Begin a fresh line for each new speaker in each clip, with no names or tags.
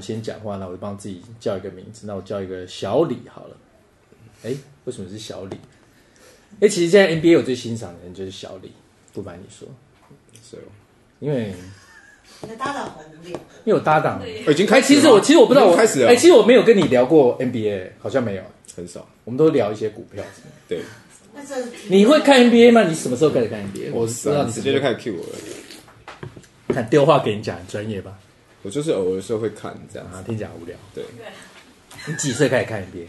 先讲话，那我就帮自己叫一个名字，那我叫一个小李好了。哎，为什么是小李？哎，其实现在 NBA 我最欣赏的人就是小李，不瞒你说，
谁哦？
因为
你的搭档很无聊，
因为我搭档，
哦已经
哎，
开始
其
了吗。
实我其实我不知道
已
我
经开始了，
哎，其实我没有跟你聊过 NBA，好像没有，
很少。
我们都聊一些股票。
对，
那这
你会看 NBA 吗？你什么时候开始看 NBA？我不啊知道
三
你
啊
什
直
么
接
时
就
候
开始 cue 我了。
看丢话给你讲，很专业吧？
我就是偶尔的时候会看这样
啊，
子。
听讲无聊。
对，
你几岁开始看 NBA？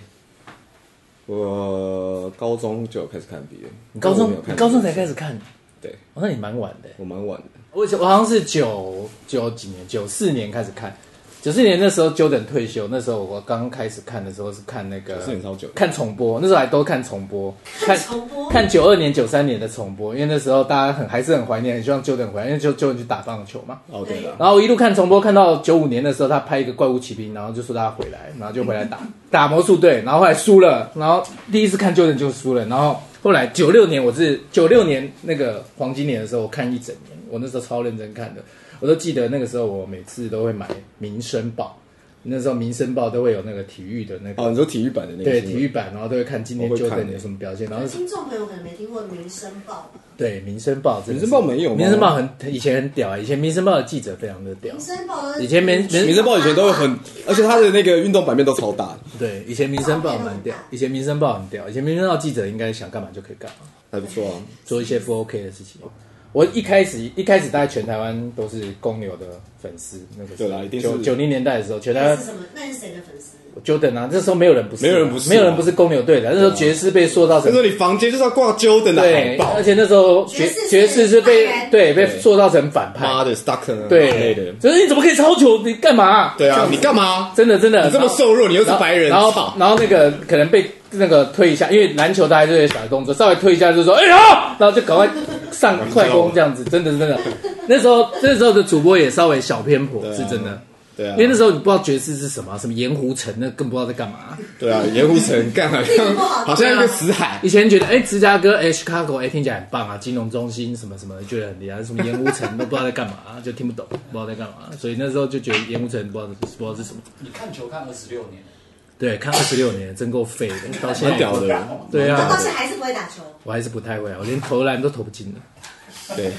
我高中就有开始看 NBA，
你高
我
中
没有看
你高中
NBA
才开始？看，
对，
哦，那你蛮晚的。
我蛮晚的。
我我好像是九九几年，九四年开始看，九四年那时候 Jordan 退休，那时候我刚开始看的时候是看那个
九四年超久
看重播，那时候还都看重播，看
重播
看九二年、九三年的重播，因为那时候大家很还是很怀念，很希望 Jordan 回来，因为就 Jordan 去打棒球嘛。
哦，对了，
然后我一路看重播，看到九五年的时候，他拍一个怪物骑兵，然后就说他回来，然后就回来打 打魔术队，然后后来输了，然后第一次看 Jordan 就输了，然后后来九六年我是九六年那个黄金年的时候，我看一整年，我那时候超认真看的，我都记得那个时候我每次都会买《民生报》，那时候《民生报》都会有那个体育的那个、
哦，你说体育版的那个
对
新
体
闻
育版，然后都会看今天
我会看
Jordan
欸
有什么表现，然后是
听众朋友可能没听过《民生报》吧，
对《民生报》真的是，
民生报没有吗
民生报》很以前很屌啊，以前《民生报》的记者非常的
《
屌
民，生报》都是
以前没没
民生报以前都会很，而且它的那个运动版面都超大，
对，以前民生报蛮
哦
屌，以前民生报很屌，以前民生报记者应该想干嘛就可以干嘛，
还不错啊。
做一些不 OK 的事情。我一开始一开始大概全台湾都是公牛的粉丝，那个时候
对啦一定是
九九零年代的时候，全台
那
湾
是什么？那是谁的粉丝？
Jordan 啊，那时候没有人不是啊，
没有人不是啊
没有人不是公牛队的，那时候爵士被塑造
所
成
以说你房间就是要挂 Jordan 的海
对，
报
而，且那时候爵爵
爵
士
士是
是被
坏人
对被
对
塑造成反
妈
派，
的 Stockton 啊之类
对
的，。
就是你怎么可以超球？你干嘛？
对啊，你干嘛？
真的真的，
你这么瘦弱， 你又是
然后
白人，
然后
操！
然后那个可能被那个推一下，因为篮球大家这些小动作，稍微推一下就说哎呀，然后就赶快上快攻这样子，真的真 的。那时候那时候的主播也稍微小偏颇，
对啊
是真的，
对啊
因，为那时候你不知道爵士是什么，什么盐湖城，那更不知道在干嘛。
对啊，盐湖城干好像好像一个死海，
以前觉得哎芝加哥哎 Chicago 哎听起来很棒啊，金融中心什么什么的觉得很厉害，什么盐湖城都不知道在干嘛，就听不懂，不知道在干嘛，所以那时候就觉得盐湖城不知道不知道是什么。
你看球看二十六年，
对，看二十六年真够废的，到现
蛮
在
屌的。
对
他到
啊，
现在还是不会打球，
我还是不太会啊，我连投篮都投不进了。
对，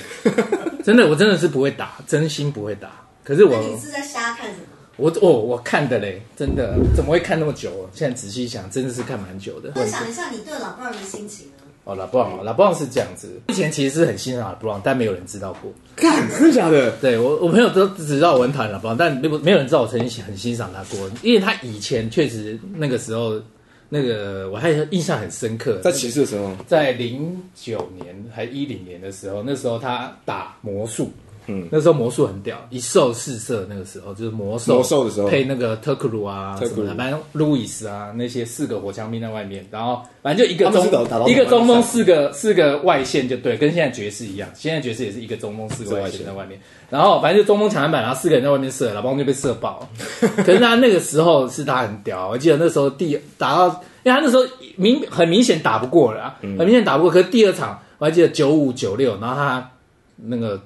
真的，我真的是不会打，真心不会打。可是
那
我
你是在瞎看什么？
我我我看的嘞，真的怎么会看那么久？现在仔细想，真的是看蛮久的。
呃
分享一下你对老伴儿的心情啊。
哦，拉布朗，拉布朗是这样子，以前其实是很欣赏拉布朗，但没有人知道过。
干真的假的？
对我，我朋友都只知道我很讨厌拉布朗，但没有没有人知道我曾经很欣赏他过，因为他以前确实那个时候，那个我还印象很深刻，
在骑士的时候，
在零九年还一零年的时候，那时候他打魔术，嗯，那时候魔术很屌，一兽四射。那个时候就是魔兽，
魔兽的时候
配那个特克鲁啊
特
什
克鲁
么的，反正路易斯啊那些四个火枪兵在外面，然后反正就一个
他们是打打到
中一个中
哪
锋
里
四个四个外线就对，跟现在爵士一样，现在爵士也是一个中锋四个外
四
线
个外线
在外面，然后反正就中锋抢篮板，然后四个人在外面射，老邦就被射爆 了。可是他那个时候是他很屌，我记得那时候第打到，因为他那时候明很明显打不过了、啊，很明显打不过。可是第二场我还记得九五九六，然后他那个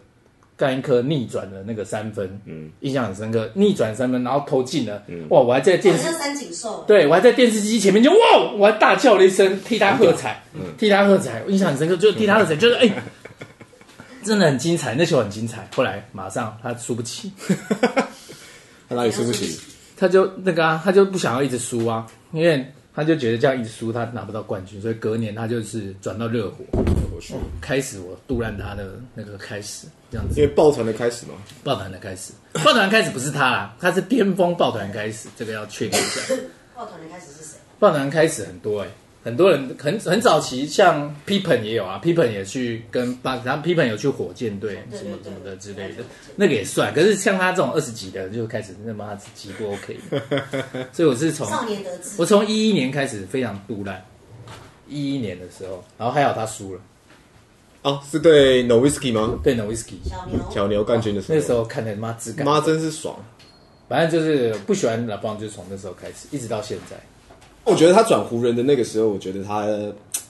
干一颗逆转的那个三分，嗯，印象很深刻，逆转三分，然后投进了，哇！我还在
好
电视
像三井寿，
对，我还在电视机前面就哇，我还大叫了一声，替他喝彩，替他喝彩，我印象很深刻，就是替他喝彩，就是哎、真哎的很精彩，那球很精彩。后来马上他输不起，
他哪里输不起？
他就那个啊，他就不想要一直输啊，因为他就觉得这样一直输他拿不到冠军，所以隔年他就是转到热火，
我去，
开始我杜兰他的那个开始这样子
因为抱团的开始嘛。
抱团的开始， 抱团开始不是他啦，他是巅峰抱团开始，这个要确定一下。
抱团的开始是谁？
棒男开始很多哎、很多人很很早期，像 Pippen 也有啊，Pippen 也去跟棒，然后 Pippen 有去火箭队
哦对
什么什么的
对
之类的
对，
那个也算。可是像他这种二十几的，就开始那妈极不 OK 的 所以我是从
少年得志
我。从一一年开始非常杜烂，一一年的时候，然后还好他输了，
哦，是对 Nowitzki 吗？
对 Noisky，
小牛，
嗯小牛冠军的时候，
那时候看的妈质感，
妈真是爽。
反正就是不喜欢老棒，就是从那时候开始，一直到现在。
哦我觉得他转湖人的那个时候，我觉得他，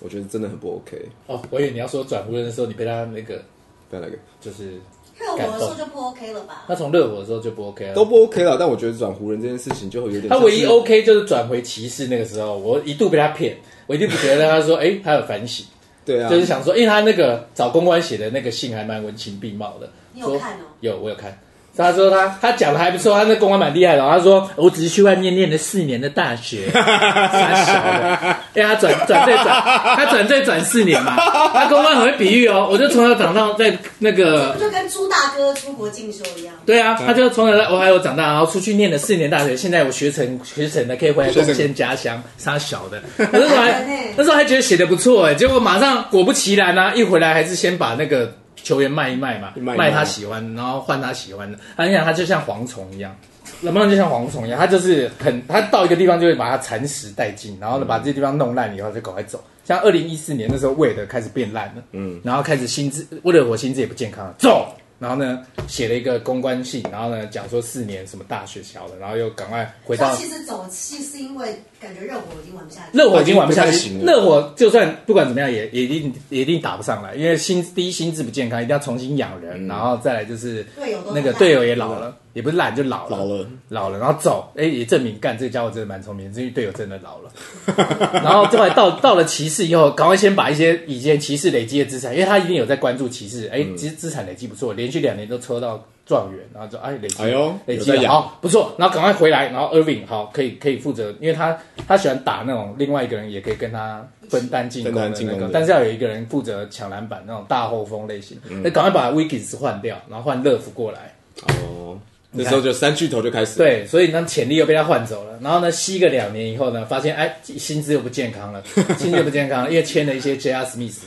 我觉得真的很不 OK。
哦，我以为你要说转湖人的时候，你被他那个
不要那个，
就是
热火的时候就不 OK 了吧？
他从热火的时候就不 OK 了，
都不 OK 了。但我觉得转湖人这件事情就会有点
他
像是，
唯一 OK 就是转回骑士那个时候，我一度被他骗，我一度不觉得他说，哎、他有反省，
对啊，
就是想说，因为他那个找公关写的那个信还蛮文情并茂的，
你有
说
看哦
有我有看。他说他他讲的还不错，他那公关蛮厉害的。他说哦我只是去外面念了四年的大学， 傻小的，因为他转转再转，他转再转四年嘛。他公关很会比喻哦，我就从小长到在那个
不就跟朱大哥出国进修一样？
对啊，他就从小在我还有长大，然后出去念了四年大学，现在我学成学成了，可以回来贡献家乡。傻小的，我那时候 还那时候还觉得写的不错哎，结果马上果不其然啊，一回来还是先把那个球员卖一卖嘛，
卖一卖
卖他喜欢，然后换他喜欢的。他想他就像蝗虫一样，能不能就像蝗虫一样，他就是很他到一个地方就会把它蚕食殆尽，然后
嗯
呢把这地方弄烂以后就赶快走。像二零一四年那时候，魏德开始变烂了，嗯，然后开始心智，魏德我心智也不健康了，走。然后呢，写了一个公关信，然后呢讲说四年什么大学小的，然后又赶快回到
他其实走气是因为感觉热火已经玩不下去，
热火已经玩不下
已
去
经，不太行了
热火就算不管怎么样也也一定也一定打不上来，因为心第一心智不健康，一定要重新养
嗯
人，然后再来就是
队友都
那个
很烂
队友也老了，也不是懒就老了，
老了
老了，然后走，哎，也证明干这个家伙真的蛮聪明，这队友真的老了。 然后后来到到了骑士以后，赶快先把一些以前骑士累积的资产，因为他一定有在关注骑士，
嗯
哎，其实资产累积不错，连续两年都抽到状元，然后就哎累积，
哎呦
累
有
积
在
了
养
好不错，然后赶快回来，然后 Irving 好可以可以负责，因为他他喜欢打那种另外一个人也可以跟他分担进攻的
分担进
那
攻
个
的，
但是要有一个人负责抢篮板那种大后锋类型，
嗯
那赶快把 Wiggins 换掉，然后换乐福过来。
哦，那时候就三巨头就开始，，
对，所以呢，潜力又被他换走了。然后呢，吸个两年以后呢，发现哎，薪资又不健康 了，薪资又不健康了，因为签了一些 J.R. Smith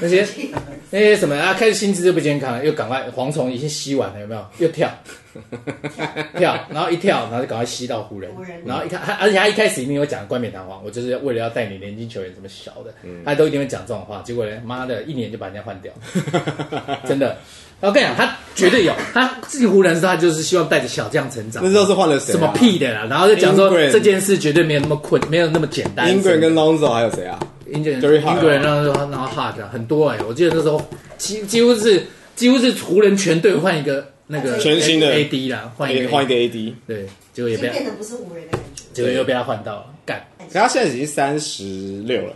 那些那些什么啊，开始薪资就不健康了，又赶快蝗虫已经吸完了，有没有？又 跳跳，然后一跳，然后就赶快吸到湖人
湖人，
然后一看，他而且他一开始一定会讲冠冕堂皇，我就是为了要带你年轻球员什么小的，
嗯
他都一定会讲这种话。结果呢，妈的，一年就把人家换掉。真的。然后跟你讲，他绝对有，他自己湖人是他就是希望带着小将成长。
那时候是换了谁
什
啊
么屁的啦，然后就讲说
Ingram
这件事绝对没有那么困，没有那么简单。
英格人跟 Lonzo 还有谁啊？
英格人
Jerry
英
Hart
格人然后然后 hard 很多哎、我记得那时候几几乎是几乎是湖人全队换一个那个
全新的
AD 啦，换一个
换一个 AD，
对，结果也
已
被
经变
他
得不是湖人的感觉。
结果又被他换到了，干
可他现在已经三十六了，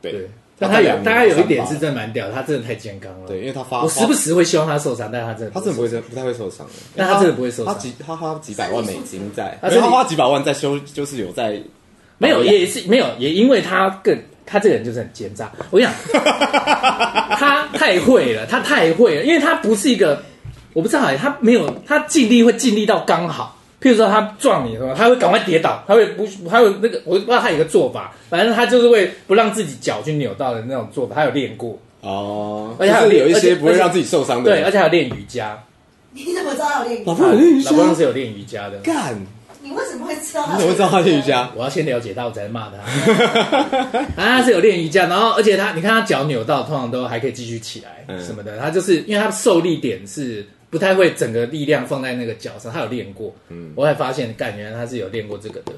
对
对。。
但他有
大
大
概
概
两年
有一点是
三八
真的蛮屌，他真的太健康了。
对，因为他发
我时不
时
时会希望他受伤，但他真的
他真的不会受不太会受伤的，
但他真的不会受伤
他几他花几百万美金在，
他
而
这里
且他花几百万在修，就是有在
没有，也是没有，也因为他更他这个人就是很奸诈。我跟你讲，他太会了，他太会了，因为他不是一个，我不知道哎，他没有，他尽力会尽力到刚好。譬如说他撞你什么，他会赶快跌倒，他会不，他会那个，我不知道他有一个做法，反正他就是会不让自己脚去扭到的那种做法，他有练过，
哦，
而且还有
就是有一
而且
些不会让自己受伤的
对，
人，
而且还有练瑜伽，
你怎么知道他有练
老
瑜
婆有练瑜伽
老，公是有练瑜伽的。
干，你
你为什么会知道？
怎么会知道他练瑜？伽？
我要先了解他，我 才能骂他。啊，他是有练瑜伽，然后而且他，你看他脚扭到，通常都还可以继续起来
嗯
什么的。他就是因为他受力点是不太会整个力量放在那个脚上，他有练过。嗯，我还发现，干，原来他是有练过这个的。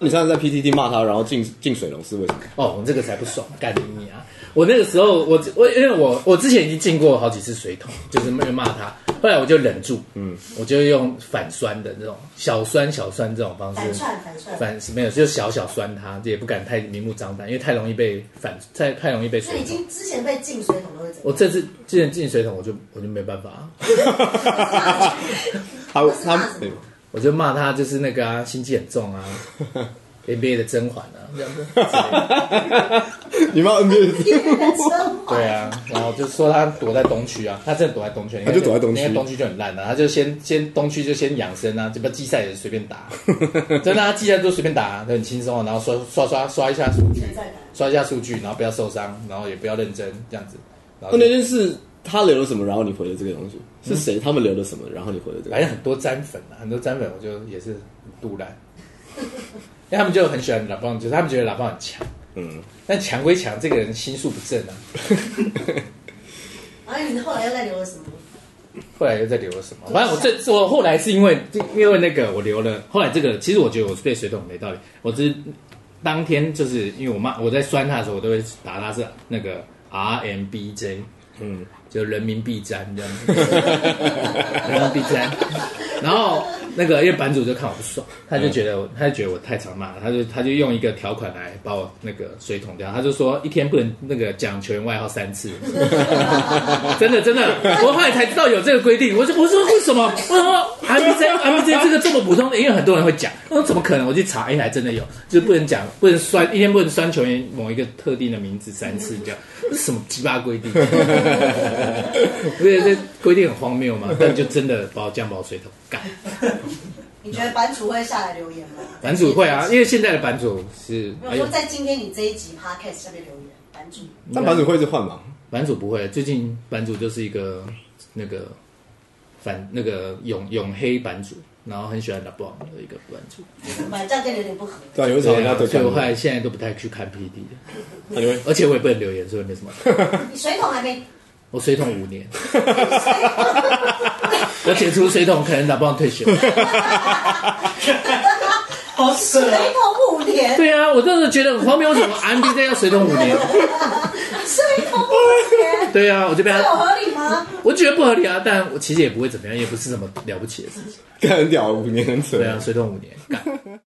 你上次在 PTT 骂他，然后进进水龙是为什么？
哦，我这个才不爽，干你啊！我那个时候，我我因为我我之前已经进过好几次水桶，就是没有骂他，后来我就忍住，嗯，我就用反酸的这种小酸小酸这种方式，
反串反串，
反没有，就小小酸他，这也不敢太明目张胆，因为太容易被反，太太容易被
所以
水
已
桶。
经之前被进水桶都是怎
我
样？
这次之前进水桶，我就我就没办法，啊
他
我是
他
骂什么？
我就骂他就是那个啊，心机很 重啊，NBA 的甄嬛啊这样子之类的。
你骂 NBA
因为人真坏
对，啊，然后就说他躲在东区啊，他真的躲在东区，
他就躲在东区
因为东区就很烂啊，他就先先东区就先养生啊，这不季赛也随便 打，真的、啊，季赛都随便打、啊，都很轻松啊，然后刷刷刷刷一下数 据
存在感，
刷一下数据，然后不要受伤，然后也不要认真这样子，然后
啊哦那
就
件事他留了什么，然后你回了这个东西是谁？他们留了什么，然后你回了这
反正
个？
很多沾粉啊，很多沾粉，我就也是很杜然，因为他们就很喜欢拉邦，就是他们觉得拉邦很强，
嗯，
但强归强，这个人心术不正啊。
然后你后来又在留了什么？
后来又在留了什么？反正我这我后来是因为因为那个我留了，后来这个其实我觉得我对水桶没道理，我只是当天就是因为我妈我在酸他的时候，我都会打他是那个 RMBJ，
嗯
就人民币战这样子，人民币战。然后那个因为版主就看我不爽，他就觉得我，他就觉得我太常骂了，他就他就用一个条款来把我那个水桶掉，他就说一天不能那个讲球员外号三次，真的真的，我后来才知道有这个规定，我说我说为什么为什么 MBJ MBJ 这个这么普通的，因为很多人会讲，我说怎么可能？我去查，哎、还真的有，就是不能讲，不能酸，一天不能酸球员某一个特定的名字三次，这样这是什么鸡巴规定？不是这规定很荒谬嘛？但就真的把我酱爆水桶干。
你觉得版主会下来留言吗？
版主会啊，因为现在的版主是
没有
哎呦，
说在今天你这一集 podcast 下面留言，版主
但版主会一直换嘛？
版主不会，最近版主就是一个那个反那个永永黑版主，然后很喜欢打 b o 的一个版主。
买这样跟你有点不合。
对啊，有一场
对
人家
啊，
对
所以
干
我
嘛
后来现在都不太去看 PD 了，
那你会
而且我也不能留言，所以没什么。
你水桶还没，
我水桶五年， 我解除水桶可能打不退休。
好扯
水
啊
桶五年，
对啊，我真的觉得很荒谬，为什么 MBJ 要水桶五年？
水桶五年，
对啊，我就被
这有
他，
合理吗？
我觉得不合理啊，但我其实也不会怎么样，也不是什么了不起的事情。
干很屌，五年很扯
对。啊，水桶五年，干。